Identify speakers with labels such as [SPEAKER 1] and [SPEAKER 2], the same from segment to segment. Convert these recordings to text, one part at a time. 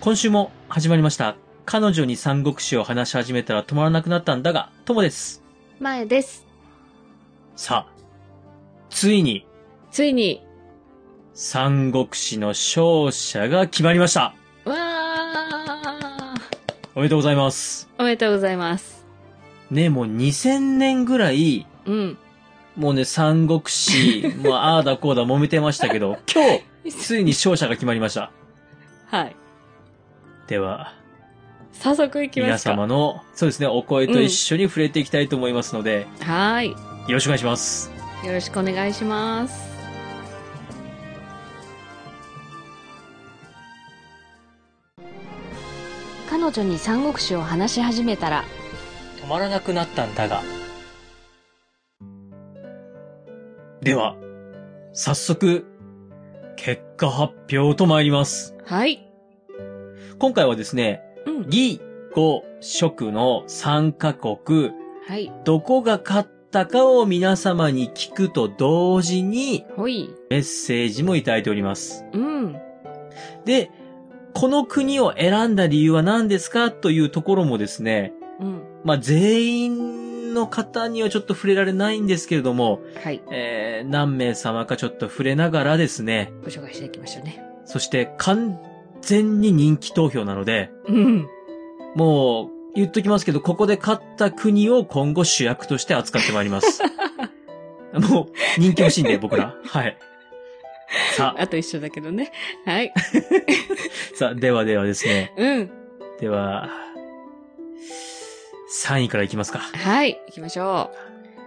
[SPEAKER 1] 今週も始まりました。彼女に三国志を話し始めたら止まらなくなったんだが、ともです。
[SPEAKER 2] 前です。
[SPEAKER 1] さあ、ついに
[SPEAKER 2] ついに、
[SPEAKER 1] 三国志の勝者が決まりました。
[SPEAKER 2] わー
[SPEAKER 1] おめでとうございます。
[SPEAKER 2] おめでとうございます。
[SPEAKER 1] ね、もう2000年ぐらい、
[SPEAKER 2] うん。
[SPEAKER 1] もうね、三国志、 もうああだこうだ揉めてましたけど、今日、ついに勝者が決まりました。
[SPEAKER 2] はい。
[SPEAKER 1] では、
[SPEAKER 2] 早速行きま
[SPEAKER 1] 皆
[SPEAKER 2] すか。
[SPEAKER 1] 様の、そうですね、お声と一緒に触れていきたいと思いますので、
[SPEAKER 2] はーい。
[SPEAKER 1] よろしくお願いします。
[SPEAKER 2] よろしくお願いします。彼女に三国志を話し始めたら、
[SPEAKER 1] 止まらなくなったんだが。では、早速、結果発表と参ります。
[SPEAKER 2] はい。
[SPEAKER 1] 今回はですね、
[SPEAKER 2] うん。
[SPEAKER 1] 義、語、食の3カ国、
[SPEAKER 2] はい。
[SPEAKER 1] どこが勝ったかを皆様に聞くと同時に、
[SPEAKER 2] ほい。
[SPEAKER 1] メッセージもいただいております。
[SPEAKER 2] うん。
[SPEAKER 1] で、この国を選んだ理由は何ですかというところもですね、
[SPEAKER 2] うん。
[SPEAKER 1] まあ、全員の方にはちょっと触れられないんですけれども、
[SPEAKER 2] はい。
[SPEAKER 1] えー、何名様かちょっと触れながらですね、
[SPEAKER 2] ご紹介していきましょうね。
[SPEAKER 1] そして完全に人気投票なので、
[SPEAKER 2] うん。
[SPEAKER 1] もう、言っときますけど、ここで勝った国を今後主役として扱ってまいります。もう、人気欲しいんで、僕ら。はい。さあ、
[SPEAKER 2] あと一緒だけどね。はい。
[SPEAKER 1] さあ、ではではですね。
[SPEAKER 2] うん。
[SPEAKER 1] では、3位からいきますか。
[SPEAKER 2] はい。行きましょ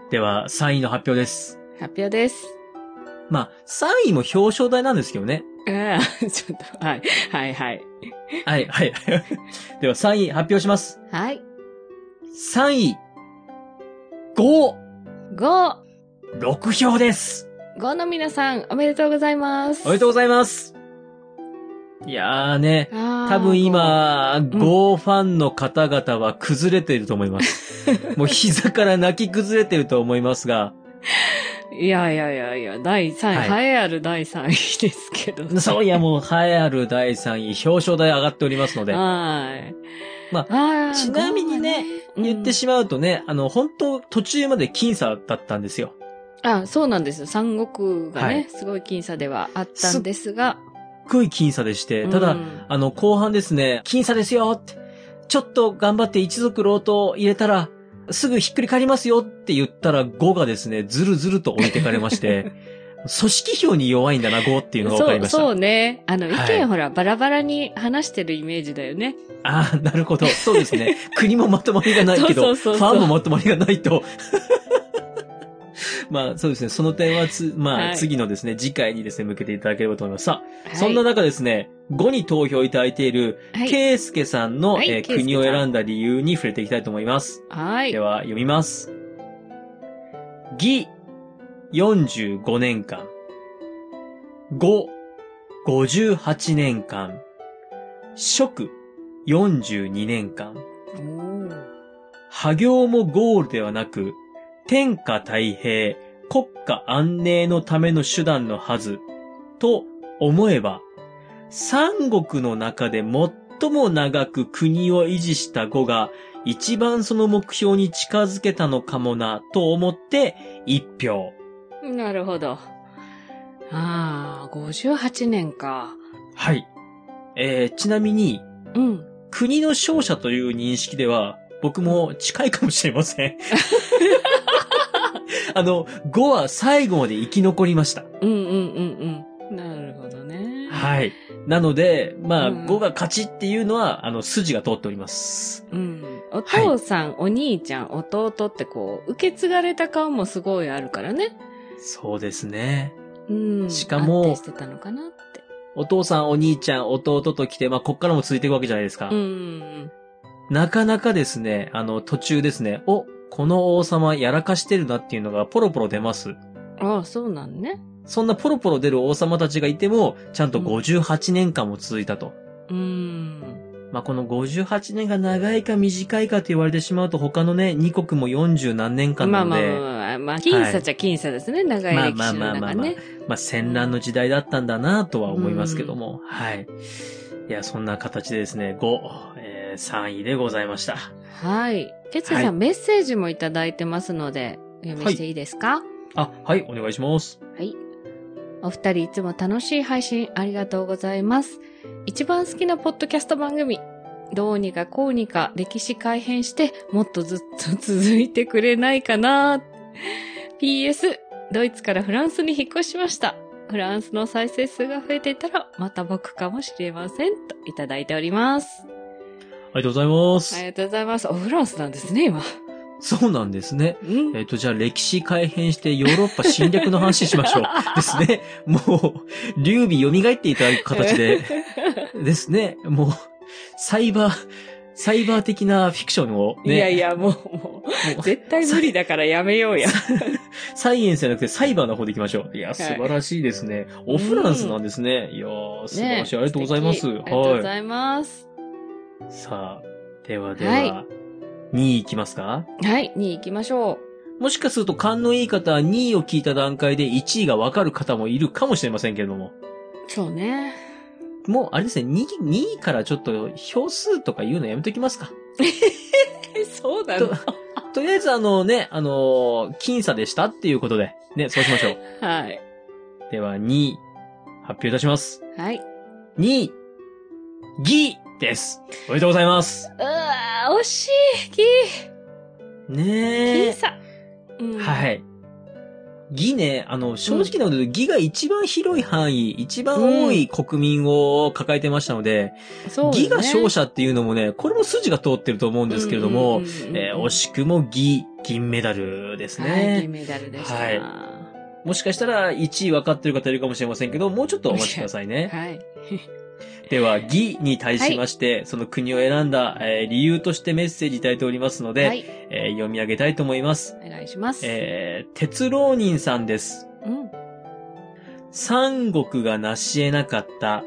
[SPEAKER 1] では、3位の発表です。
[SPEAKER 2] う。発表です。
[SPEAKER 1] まあ、3位も表彰台なんですけどね。
[SPEAKER 2] ああ、 ちょっと、はい、はい、はい。
[SPEAKER 1] はい、はい。 では、3位発表します。
[SPEAKER 2] はい。
[SPEAKER 1] 3位、5、
[SPEAKER 2] 5、
[SPEAKER 1] 6票です。
[SPEAKER 2] 5の皆さん、おめでとうございます。
[SPEAKER 1] おめでとう
[SPEAKER 2] う
[SPEAKER 1] ございます。いやーね、多分、今、
[SPEAKER 2] うん
[SPEAKER 1] GO ファンの方々は崩れてると思います。 もう膝から泣き崩れてると思いますが、
[SPEAKER 2] 5いやいやいやいや、第3位、
[SPEAKER 1] はい
[SPEAKER 2] 栄えある第3位ですけど。
[SPEAKER 1] そういやもう、栄えある第3位、表彰台上がっておりますので、
[SPEAKER 2] はい。
[SPEAKER 1] ま
[SPEAKER 2] あー
[SPEAKER 1] ちなみにね、
[SPEAKER 2] 五は
[SPEAKER 1] 言ってしまうとね、あの、本当途中まで僅差だったんですよ。
[SPEAKER 2] うんあ、そうなんですよ。三国がね、
[SPEAKER 1] はい
[SPEAKER 2] すごい僅差ではあったんですが。
[SPEAKER 1] すっごい僅差でして、ただ、
[SPEAKER 2] うん
[SPEAKER 1] あの、後半ですね、僅差ですよって、ちょっと頑張って一族老頭入れたら、すぐひっくり返りますよって言ったら、5がですね、ずるずると置いてかれま して、組織票に弱いんだな、5っていうのが分かりました。
[SPEAKER 2] そう、そうね。あの、意見、
[SPEAKER 1] はい
[SPEAKER 2] ほら、バラバラに話してるイメージだよね。
[SPEAKER 1] ああ、なるほど。そうですね。国もまとまりがないけど、
[SPEAKER 2] そうそうそうそう
[SPEAKER 1] ファンもまとまりがないと。 まあ、そうですね。その点はつ、まあ、
[SPEAKER 2] はい
[SPEAKER 1] 次のですね、次回にですね、向けていただければと思います。さあ、
[SPEAKER 2] はい
[SPEAKER 1] そんな中ですね、5に投票いただいている、
[SPEAKER 2] はい
[SPEAKER 1] ケイスケさんの、
[SPEAKER 2] はい
[SPEAKER 1] えー
[SPEAKER 2] ケイスケさん
[SPEAKER 1] 国を選んだ理由に触れていきたいと思います。
[SPEAKER 2] はい
[SPEAKER 1] で。は、読みます。義、45年間。語、58年間。食、42年間。
[SPEAKER 2] おー
[SPEAKER 1] 破行もゴールではなく、天下太平、国家安寧のための手段のはず、と思えば、三国の中で最も長く国を維持した語が、一番その目標に近づけたのかもな、と思って、一票。
[SPEAKER 2] なるほど。ああ、58年か。
[SPEAKER 1] はい。えー、ちなみに、
[SPEAKER 2] うん。
[SPEAKER 1] 国の勝者という認識では、僕も近いかもしれませ ん。あの、5は最後まで生き残りました。
[SPEAKER 2] うんうんうんうん。なるほどね。い。
[SPEAKER 1] はい。なので、まあ、
[SPEAKER 2] うん
[SPEAKER 1] 5が勝ちっていうのは、あの、筋が通っております。
[SPEAKER 2] うん。お父さん、お兄ちゃん、弟ってこう、受け継がれた顔もすごいあるからね。
[SPEAKER 1] そうですね。
[SPEAKER 2] うん。
[SPEAKER 1] しかも
[SPEAKER 2] 安定してたのかなって。
[SPEAKER 1] お父さん、お兄ちゃん、弟と来て、まあ、こっからも続いていくわけじゃないですか。
[SPEAKER 2] うん。
[SPEAKER 1] なかなかですね、あの、途中ですね、お、この王様やらかしてるなっていうのがポロポロ出ます。
[SPEAKER 2] ああ、そうなんね。
[SPEAKER 1] そんなポロポロ出る王様たちがいても、ちゃんと
[SPEAKER 2] うん
[SPEAKER 1] 58年間も続いたと。
[SPEAKER 2] うん。
[SPEAKER 1] まあ、この58年が長いか短いかと言われてしまうと他のね、2国も40何年間
[SPEAKER 2] ま
[SPEAKER 1] なの
[SPEAKER 2] あまあ
[SPEAKER 1] で、
[SPEAKER 2] まあ
[SPEAKER 1] まあ、
[SPEAKER 2] まあ、まあ、僅差ちゃ僅差ですね。長い歴史の中ね。
[SPEAKER 1] 戦乱の時代だったんだなとは思いますけども、はい。いや、そんな形でですね、5、えー3位でございました。
[SPEAKER 2] はい。哲也さん、
[SPEAKER 1] はい
[SPEAKER 2] メッセージもいただいてますので、お読みしていいですか、
[SPEAKER 1] あ、はい、お願いします。
[SPEAKER 2] はい。お二人いつも楽しい配信ありがとうございます。一番好きなポッドキャスト番組。どうにかこうにか歴史改変して、もっとずっと続いてくれないかな。PS、ドイツからフランスに引っ越しました。フランスの再生数が増えていたら、また僕かもしれません。といただいております。
[SPEAKER 1] ありがとうございます。
[SPEAKER 2] ありがとうございます。お、フランスなんですね、今。
[SPEAKER 1] そうなんですね。
[SPEAKER 2] うん。
[SPEAKER 1] えっ、と、じゃあ歴史改変してヨーロッパ侵略の話しま しょう。ですね。もう、劉備蘇っていただく形 で、ですね。もう、サイバー、サイバー的なフィクションをね、
[SPEAKER 2] いやいや、もう、も
[SPEAKER 1] も
[SPEAKER 2] う、
[SPEAKER 1] う
[SPEAKER 2] 絶対無理だからやめようや。
[SPEAKER 1] サイエンスじゃなくてサイバーの方でいきましょう。いや、素晴らしいですね。オフランスなんですね。いやー素晴らしい。ありがとうございます。
[SPEAKER 2] 素敵ありがとうご
[SPEAKER 1] は
[SPEAKER 2] ざいます。
[SPEAKER 1] い。さあ、ではでは、
[SPEAKER 2] は
[SPEAKER 1] 2位いきますか
[SPEAKER 2] はい、に行きましょ
[SPEAKER 1] もしかすると勘のいい方は2位を聞いた段階で1位がわかる方もいるかもしれませんけれども。
[SPEAKER 2] う。そうね。
[SPEAKER 1] もう、あれですね、2, 2位からちょっと票数とか言うのやめときますか。
[SPEAKER 2] え、そうな
[SPEAKER 1] と
[SPEAKER 2] の
[SPEAKER 1] とりあえずあのね、あのー僅差でしたっていうことで、ね、そうしましょう。
[SPEAKER 2] はい。
[SPEAKER 1] では、2位、発表いたします。
[SPEAKER 2] はい。
[SPEAKER 1] 2位、ギーです。おめでとうございます。
[SPEAKER 2] うわー、惜しいキー、キー
[SPEAKER 1] ねえ。
[SPEAKER 2] さ。うん
[SPEAKER 1] はい。ギね、あの、正直なことで、ギが一番広い範囲、一番多い国民を抱えてましたので、
[SPEAKER 2] そう
[SPEAKER 1] ギが勝者
[SPEAKER 2] 者
[SPEAKER 1] っていうのもね、これも筋が通ってると思うんですけれども、えー惜
[SPEAKER 2] し
[SPEAKER 1] しくもギ、銀メダルです
[SPEAKER 2] いはい、
[SPEAKER 1] ね
[SPEAKER 2] 銀。メダルでした。
[SPEAKER 1] はい
[SPEAKER 2] は
[SPEAKER 1] もしかしたら1位分かってる方いるかもしれませんけど、もうちょっとお待ちください ね。
[SPEAKER 2] い。
[SPEAKER 1] では、ギに対しまして、その国を選んだ、えー理由としてメッセージいただいておりますので、
[SPEAKER 2] はい。
[SPEAKER 1] えー読み上げたいと思います。
[SPEAKER 2] お願いします。
[SPEAKER 1] えー、鉄浪人さんです。
[SPEAKER 2] うん。
[SPEAKER 1] 三国が成し得なかった、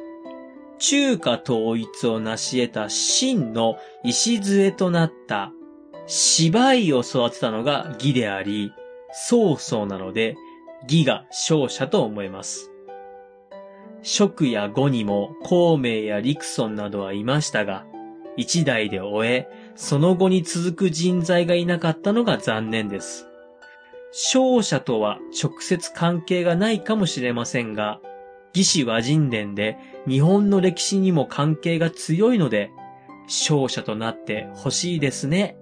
[SPEAKER 1] 中華統一を成し得た秦の礎となった、芝居を育てたのが義であり、曹操なので、義が勝者と思えます。職や語にも孔明や陸孫などはいましたが、一代で終え、その後に続く人材がいなかったのが残念です。勝者とは直接関係がないかもしれませんが、魏志和人伝で日本の歴史にも関係が強いので、勝者となってほしいですね。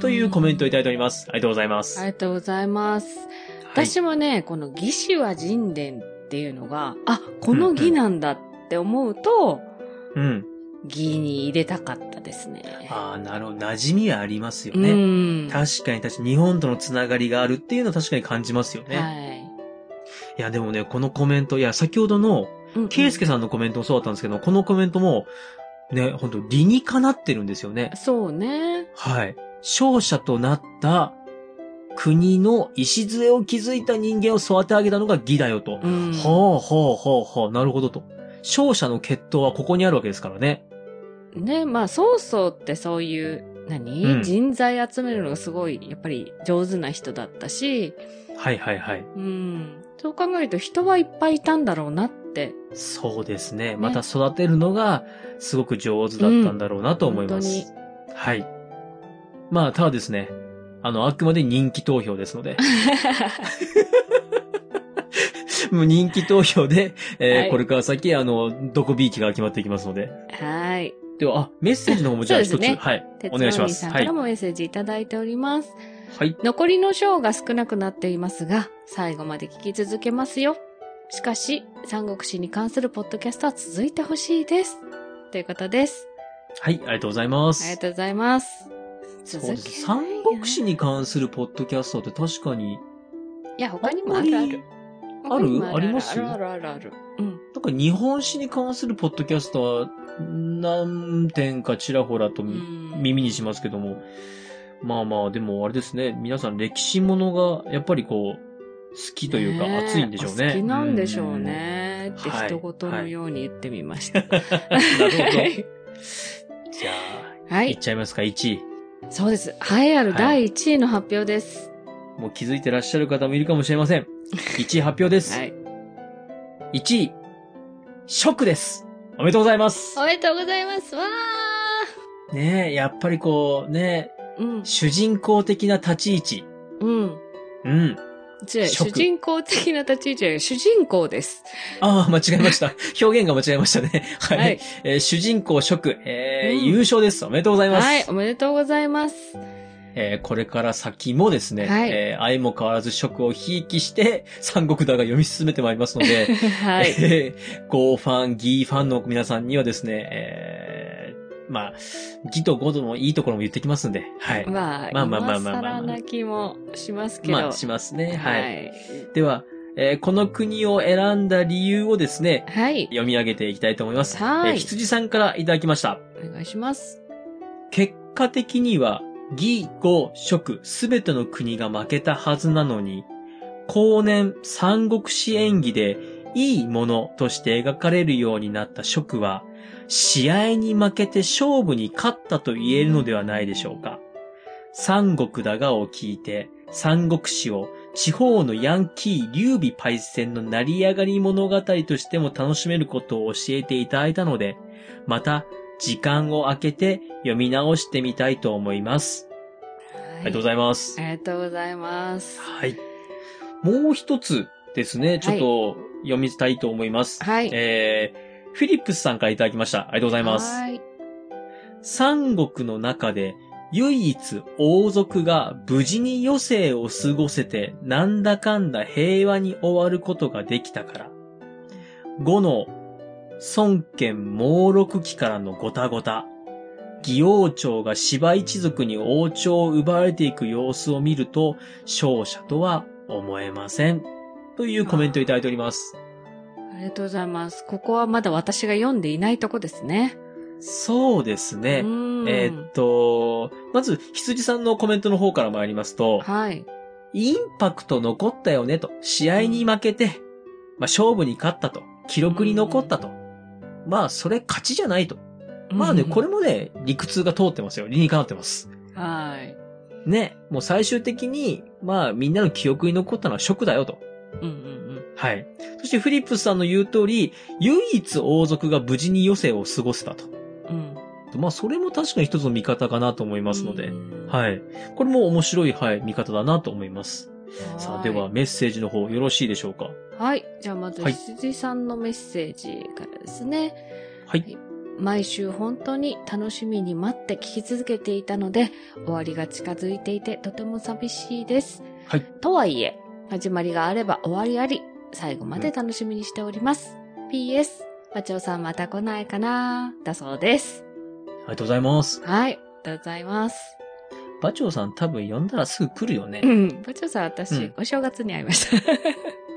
[SPEAKER 1] というコメントをいただいております。ありがとうございます。
[SPEAKER 2] ありがとうございます。
[SPEAKER 1] はい
[SPEAKER 2] 私もね、この義士は人伝っていうのが、あ、この義なんだって思うと、
[SPEAKER 1] うん。
[SPEAKER 2] 義に入れたかったですね。
[SPEAKER 1] ああ、なるほど。馴染みはありますよ
[SPEAKER 2] う
[SPEAKER 1] ね。
[SPEAKER 2] ん。
[SPEAKER 1] 確かに確かに日本とのつながりがあるっていうのは確かに感じますよね。い、や、でもね、このコメント、いや、先ほどの、
[SPEAKER 2] はい。
[SPEAKER 1] ケイスケさんのコメントもそうだったんですけど、このコメントも、ね、本当理にかなってるんですよね
[SPEAKER 2] ん。。そうね。
[SPEAKER 1] はい。勝者となった国の礎を築いた人間を育て上げたのが義だよと。
[SPEAKER 2] うん。
[SPEAKER 1] ほうほうほうほう、なるほどと。勝者の血統はここにあるわけですからね。
[SPEAKER 2] ね、まあ、曹操ってそういう、何、
[SPEAKER 1] うん
[SPEAKER 2] 人材集めるのがすごい、やっぱり上手な人だったし、
[SPEAKER 1] はいはいはい。
[SPEAKER 2] うん。そう考えると人はいっぱいいたんだろうなって。
[SPEAKER 1] そうですね。また育てるのがすごく上手だったんだろうなと思います。はい。まあ、ただですね。あの、あくまで人気投票です ので。もう人気投票で、えー
[SPEAKER 2] はい
[SPEAKER 1] これから先、あの、どこびいきが決まっていきますので。
[SPEAKER 2] はい。
[SPEAKER 1] では、あ、メッセージの方もじゃあ一
[SPEAKER 2] そう
[SPEAKER 1] つ、
[SPEAKER 2] ですね
[SPEAKER 1] はい。
[SPEAKER 2] 鉄
[SPEAKER 1] お願いし
[SPEAKER 2] の
[SPEAKER 1] ま
[SPEAKER 2] み
[SPEAKER 1] す。
[SPEAKER 2] さん
[SPEAKER 1] は
[SPEAKER 2] か
[SPEAKER 1] い
[SPEAKER 2] ら。もメッセージいただいております。
[SPEAKER 1] はい。
[SPEAKER 2] 残りの章が少なくなっていますが、最後まで聞き続けますよ。しかし、三国志に関するポッドキャストは続いてほしいです。ということです。
[SPEAKER 1] はい、ありがとうございま
[SPEAKER 2] ありが
[SPEAKER 1] す。
[SPEAKER 2] とうございます。
[SPEAKER 1] そう
[SPEAKER 2] 続
[SPEAKER 1] で
[SPEAKER 2] けない
[SPEAKER 1] す。三国志に関するポッドキャストって確かに、
[SPEAKER 2] いや、他にもあるある。
[SPEAKER 1] あんまり
[SPEAKER 2] 他にも
[SPEAKER 1] あるあります
[SPEAKER 2] あるあるあるある。うん。
[SPEAKER 1] なんか日本史に関するポッドキャストは、何点かちらほらとみ
[SPEAKER 2] うん
[SPEAKER 1] 耳にしますけども。まあまあ、でもあれですね、皆さん歴史ものが、やっぱりこう、好きというか
[SPEAKER 2] ねえ
[SPEAKER 1] 熱いんでしょうね。
[SPEAKER 2] 好きなんでしょうね。って
[SPEAKER 1] はい
[SPEAKER 2] 人事のように言ってみました。
[SPEAKER 1] うん。な るほど。
[SPEAKER 2] はい
[SPEAKER 1] じゃ
[SPEAKER 2] は
[SPEAKER 1] あ、いっ
[SPEAKER 2] い。
[SPEAKER 1] ちゃいますか、1位。
[SPEAKER 2] そうです。栄えある第1位の発表です。
[SPEAKER 1] もう気づいてらっしゃる方もいるかもしれません。1位発表です。
[SPEAKER 2] はい。
[SPEAKER 1] 1位、ショックです。おめでとうございます
[SPEAKER 2] お。めでとうございます。わ
[SPEAKER 1] ねえ、やっぱりこう、ね
[SPEAKER 2] ーうん。
[SPEAKER 1] 主人公的な立ち位置。
[SPEAKER 2] うん。
[SPEAKER 1] うん。
[SPEAKER 2] じゃあ、
[SPEAKER 1] 食
[SPEAKER 2] 主人公的な立ち位置は主人公です。
[SPEAKER 1] ああ、間違えま した。表現が間違えましたね。はい。
[SPEAKER 2] はい。
[SPEAKER 1] えー主人公諸君、えー
[SPEAKER 2] うん
[SPEAKER 1] 優勝です。おめでとうございます。
[SPEAKER 2] はい。おめでとうございます。
[SPEAKER 1] えーこれから先もですね、
[SPEAKER 2] はい
[SPEAKER 1] えー愛も変わらず食をひいきして、三国だが読み進めてまいりますので、
[SPEAKER 2] はい。
[SPEAKER 1] えー、ゴーファン、ギーファンの皆さんにはですね、えーまあ、ギとゴともいいところも言ってきますんで、はい。
[SPEAKER 2] まあ、
[SPEAKER 1] まあ
[SPEAKER 2] 今
[SPEAKER 1] まあまあまあまあ
[SPEAKER 2] 更な気もしますけど。
[SPEAKER 1] まあ、しますね。はい。
[SPEAKER 2] はい。
[SPEAKER 1] では、えーこの国を選んだ理由をですね、
[SPEAKER 2] はい。
[SPEAKER 1] 読み上げていきたいと思います。
[SPEAKER 2] はい
[SPEAKER 1] えー羊さんからいただきました。
[SPEAKER 2] お願いします。
[SPEAKER 1] 結果的には、義、語、食、すべての国が負けたはずなのに、後年三国志演義でいいものとして描かれるようになった食は、試合に負けて勝負に勝ったと言えるのではないでしょうか。三国だがを聞いて、三国志を地方のヤンキー劉備パイセンの成り上がり物語としても楽しめることを教えていただいたので、また時間を空けて読み直してみたいと思います。あ
[SPEAKER 2] あ
[SPEAKER 1] りがとうございます。
[SPEAKER 2] ありがとうございます。
[SPEAKER 1] はい。もう一つですね、ちょっと読みたいと思います。
[SPEAKER 2] はい。
[SPEAKER 1] えー、フィリップスさんからいただきました。ありがとうございます。
[SPEAKER 2] はい。
[SPEAKER 1] 三国の中で唯一王族が無事に余生を過ごせてなんだかんだ平和に終わることができたから。五の孫権猛禄期からのごたごた。義王朝が芝一族に王朝を奪われていく様子を見ると勝者とは思えません。というコメントをいただいております。
[SPEAKER 2] ありがとうございます。ここはまだ私が読んでいないとこですね。
[SPEAKER 1] そうですね。
[SPEAKER 2] うん
[SPEAKER 1] えーっと、まず、羊さんのコメントの方から参りますと、
[SPEAKER 2] はい。
[SPEAKER 1] インパクト残ったよねと、試合に負けて、まあ勝負に勝ったと、記録に残ったと。まあ、それ勝ちじゃないと。まあね、
[SPEAKER 2] うん
[SPEAKER 1] これもね、理屈が通ってますよ。理にかなってます。
[SPEAKER 2] はい。
[SPEAKER 1] ね、もう最終的に、まあ、みんなの記憶に残ったのは食だよと。
[SPEAKER 2] うんうん
[SPEAKER 1] はい。そして、フリップスさんの言う通り、唯一王族が無事に余生を過ごせたと。
[SPEAKER 2] うん。うん。
[SPEAKER 1] まあ、それも確かに一つの見方かなと思いますので。
[SPEAKER 2] い。
[SPEAKER 1] はい。これも面白い、はい、見方だなと思います。さ
[SPEAKER 2] い
[SPEAKER 1] あ、では、。メッセージの方よろしいでしょうか
[SPEAKER 2] はい。じゃあまず、
[SPEAKER 1] はい
[SPEAKER 2] 羊さんのメッセージからですね。
[SPEAKER 1] はい
[SPEAKER 2] はい毎週本当に楽しみに待って聞き続けていたので、終わりが近づいていてとても寂しいです。
[SPEAKER 1] はい
[SPEAKER 2] とはいえ、始まりがあれば終わりあり、最後まで楽しみにしております。PS、バチョウさんまた来ないかなだそうです。
[SPEAKER 1] ありがとうございます。
[SPEAKER 2] はい。ありがとうございます。
[SPEAKER 1] バチョウさん多分呼んだらすぐ来るよね
[SPEAKER 2] う。ん。バチョウさん私、
[SPEAKER 1] うん
[SPEAKER 2] お正月に会いました。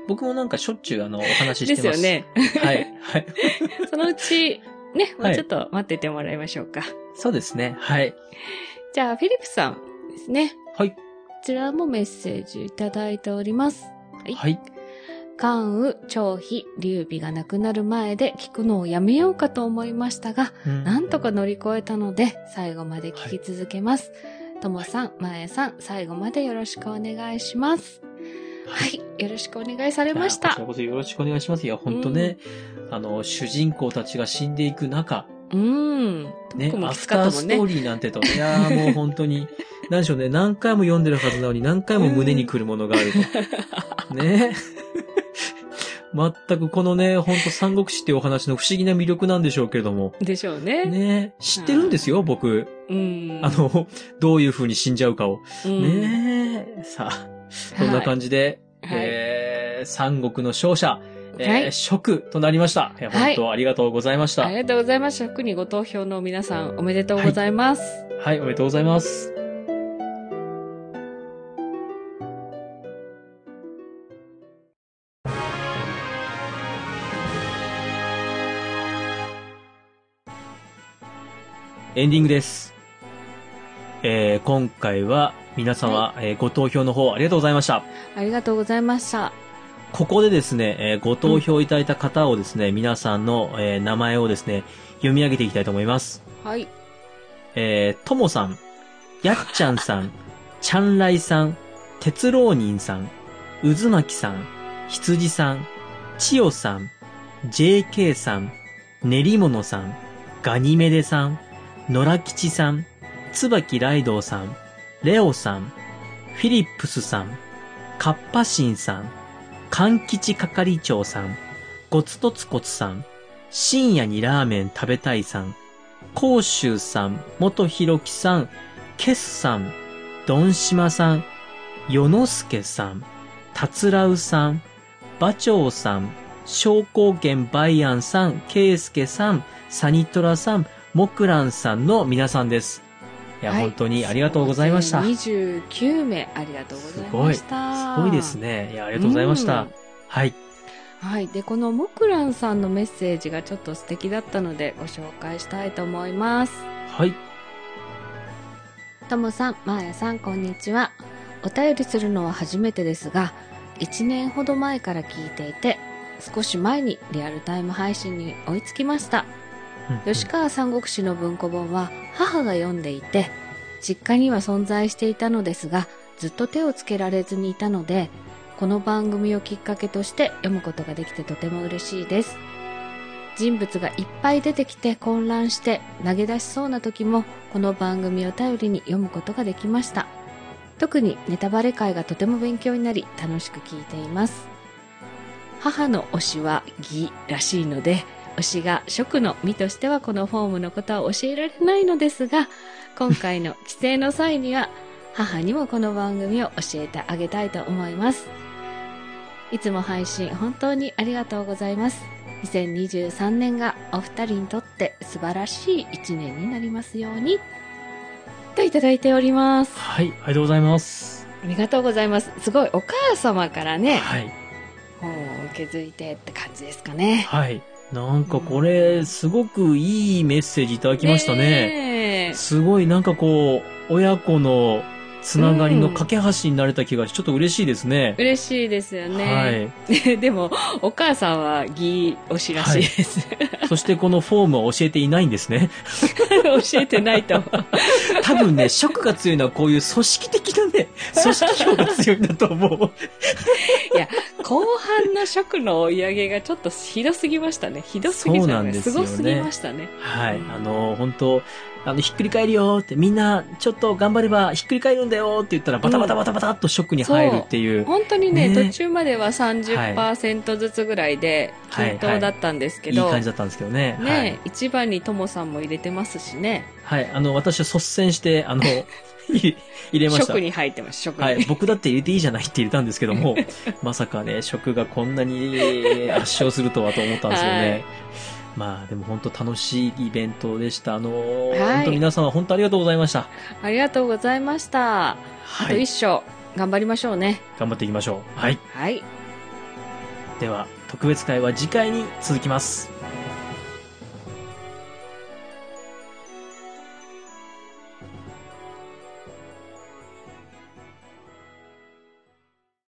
[SPEAKER 1] 僕もなんかしょっちゅうあの、お話しして
[SPEAKER 2] で
[SPEAKER 1] ます
[SPEAKER 2] す。よ。ね。
[SPEAKER 1] はい。はい。
[SPEAKER 2] そのうち、ね、も
[SPEAKER 1] は
[SPEAKER 2] う
[SPEAKER 1] い
[SPEAKER 2] ちょっと待っててもらいましょうか。
[SPEAKER 1] そうですね。はい。
[SPEAKER 2] じゃあ、フィリップさんですね。
[SPEAKER 1] はい。
[SPEAKER 2] こちらもメッセージいただいております。はい
[SPEAKER 1] はい。
[SPEAKER 2] 関羽、張飛、劉備が亡くなる前で聞くのをやめようかと思いましたが、
[SPEAKER 1] うん
[SPEAKER 2] なんとか乗り越えたので、最後まで聞き続けます。ともさん、まえさん、最後までよろしくお願いします。はい、よろしくお願いされまし
[SPEAKER 1] いやこち
[SPEAKER 2] た
[SPEAKER 1] ら。こそよろしくお願いします。いや、本当ね、あの、主人公たちが死んでいく中、
[SPEAKER 2] うーん。
[SPEAKER 1] ね
[SPEAKER 2] 僕、も
[SPEAKER 1] ア
[SPEAKER 2] きつ
[SPEAKER 1] フ
[SPEAKER 2] か
[SPEAKER 1] タ
[SPEAKER 2] っ
[SPEAKER 1] ー
[SPEAKER 2] たも
[SPEAKER 1] ス
[SPEAKER 2] ん
[SPEAKER 1] ト
[SPEAKER 2] ね
[SPEAKER 1] ー。リーなんてと、いやーもう本当に、なんでしょうね、何回も読んでるはずなのに何回も胸に来るものがあると。ね全くこのね、本当三国志っていうお話の不思議な魅力なんでしょうけれども。
[SPEAKER 2] でしょうね。
[SPEAKER 1] ね知ってるんですよ、僕。
[SPEAKER 2] うん。
[SPEAKER 1] あ、の、どういう風に死んじゃうかを。
[SPEAKER 2] うん、
[SPEAKER 1] ねえ。さあ、そんな感じで、
[SPEAKER 2] はい。
[SPEAKER 1] えー、三国の勝者、えー
[SPEAKER 2] はい
[SPEAKER 1] 食となりました。いや
[SPEAKER 2] はい
[SPEAKER 1] 本当ありがとうございました。
[SPEAKER 2] あ
[SPEAKER 1] はい、
[SPEAKER 2] りがとうございました。特にご投票の皆さん、おめでとうございます。
[SPEAKER 1] おめでとうございます。エンディングです。えー、今回は皆様、えーご投票の方ありがとうございました。
[SPEAKER 2] ありがとうございました。
[SPEAKER 1] ここでですね、えーご投票いただいた方をですね、皆さんの、えー名前をですね、読み上げていきたいと思います。
[SPEAKER 2] はい。
[SPEAKER 1] えー、ともさん、やっちゃんさん、ちゃんらいさん、鉄浪人さん、うずまきさん、ひつじさん、ちよさん、JK さん、練り物さん、ガニメデさん、野良吉さん、椿ライドウさん、レオさん、フィリップスさん、カッパシンさん、勘吉係長さん、ゴツトツコツさん、深夜にラーメン食べたいさん、甲州さん、元ひろきさん、ケスさん、ドンシマさん、ヨノスケさん、タツラウさん、バチョウさん、商工券バイアンさん、ケイスケさん、サニトラさん、モクランさんの皆さんです。いや、
[SPEAKER 2] はい
[SPEAKER 1] 本当にありがとうございました。す
[SPEAKER 2] 29名ありがとうございました。
[SPEAKER 1] ごいですね。いや、ありがとうございまし
[SPEAKER 2] う
[SPEAKER 1] た
[SPEAKER 2] ん。
[SPEAKER 1] はい。
[SPEAKER 2] はい。で、このモクランさんのメッセージがちょっと素敵だったのでご紹介したいと思います。
[SPEAKER 1] はい。
[SPEAKER 2] ともさん、まーやさん、こんにちは。お便りするのは初めてですが、1年ほど前から聞いていて、少し前にリアルタイム配信に追いつきました。
[SPEAKER 1] うん
[SPEAKER 2] 吉川三国志の文庫本は母が読んでいて、実家には存在していたのですが、ずっと手をつけられずにいたので、この番組をきっかけとして読むことができてとても嬉しいです。人物がいっぱい出てきて混乱して投げ出しそうな時も、この番組を頼りに読むことができました。特にネタバレ会がとても勉強になり、楽しく聞いています。母の推しは義らしいので、推しが食の身としてはこのフォームのことは教えられないのですが、今回の帰省の際には、母にもこの番組を教えてあげたいと思います。いつも配信本当にありがとうございます。2023年がお二人にとって素晴らしい一年になりますように。といただいております。
[SPEAKER 1] はい。ありがとうございます。
[SPEAKER 2] ありがとうございます。すごい、お母様からね、
[SPEAKER 1] はい。
[SPEAKER 2] 本を受け継いでって感じですかね。
[SPEAKER 1] はい。なんかこれ、すごくいいメッセージいただきましたね。
[SPEAKER 2] ねえ
[SPEAKER 1] すごいなんかこう、親子のつながりの架け橋になれた気がして、ちょっと嬉しいですね。
[SPEAKER 2] 嬉しいですよね。 でも、お母さんは義推しらしいです。
[SPEAKER 1] はい。そしてこのフォームは教えていないんですね。
[SPEAKER 2] 教えてないと思う。
[SPEAKER 1] 多分ね、食が強いのはこういう組織的なね、組織票が強いんだと思う。
[SPEAKER 2] 後半の食の追い上げがちょっとひどすぎましたね。ひどすぎじ
[SPEAKER 1] そう
[SPEAKER 2] ゃ
[SPEAKER 1] な
[SPEAKER 2] なんい
[SPEAKER 1] ですすよ
[SPEAKER 2] ご
[SPEAKER 1] ね
[SPEAKER 2] すぎましたね。
[SPEAKER 1] はい。あの、本当あの、ひっくり返るよーって、みんな、ちょっと頑張ればひっくり返るんだよーって言ったら、バタバタバタバタっとショックに入るっていう。
[SPEAKER 2] 本当にね、
[SPEAKER 1] ねえ
[SPEAKER 2] 途中までは30%ずつぐらいで
[SPEAKER 1] はい
[SPEAKER 2] 均等だったんですけ
[SPEAKER 1] いい
[SPEAKER 2] ど、
[SPEAKER 1] 感じだったんですけどね。
[SPEAKER 2] ね、一番にともさんも入れてますしね、
[SPEAKER 1] はい。はい。あの、私は率先して、 あの、入れました
[SPEAKER 2] 食。に入ってます、食に。
[SPEAKER 1] はい。僕だって入れていいじゃないって入れたんですけども、 まさかね、食がこんなに圧勝するとはと思ったんですよね。まあ、でも本当楽しいイベントでした。あのー
[SPEAKER 2] はい
[SPEAKER 1] 本当皆様本当ありがとうございました。
[SPEAKER 2] ありがとうございました。あ
[SPEAKER 1] は
[SPEAKER 2] と
[SPEAKER 1] い
[SPEAKER 2] 一。章、頑張りましょうね。
[SPEAKER 1] 頑張っていきましょう。はい。
[SPEAKER 2] はい。
[SPEAKER 1] では、特別会は次回に続きます。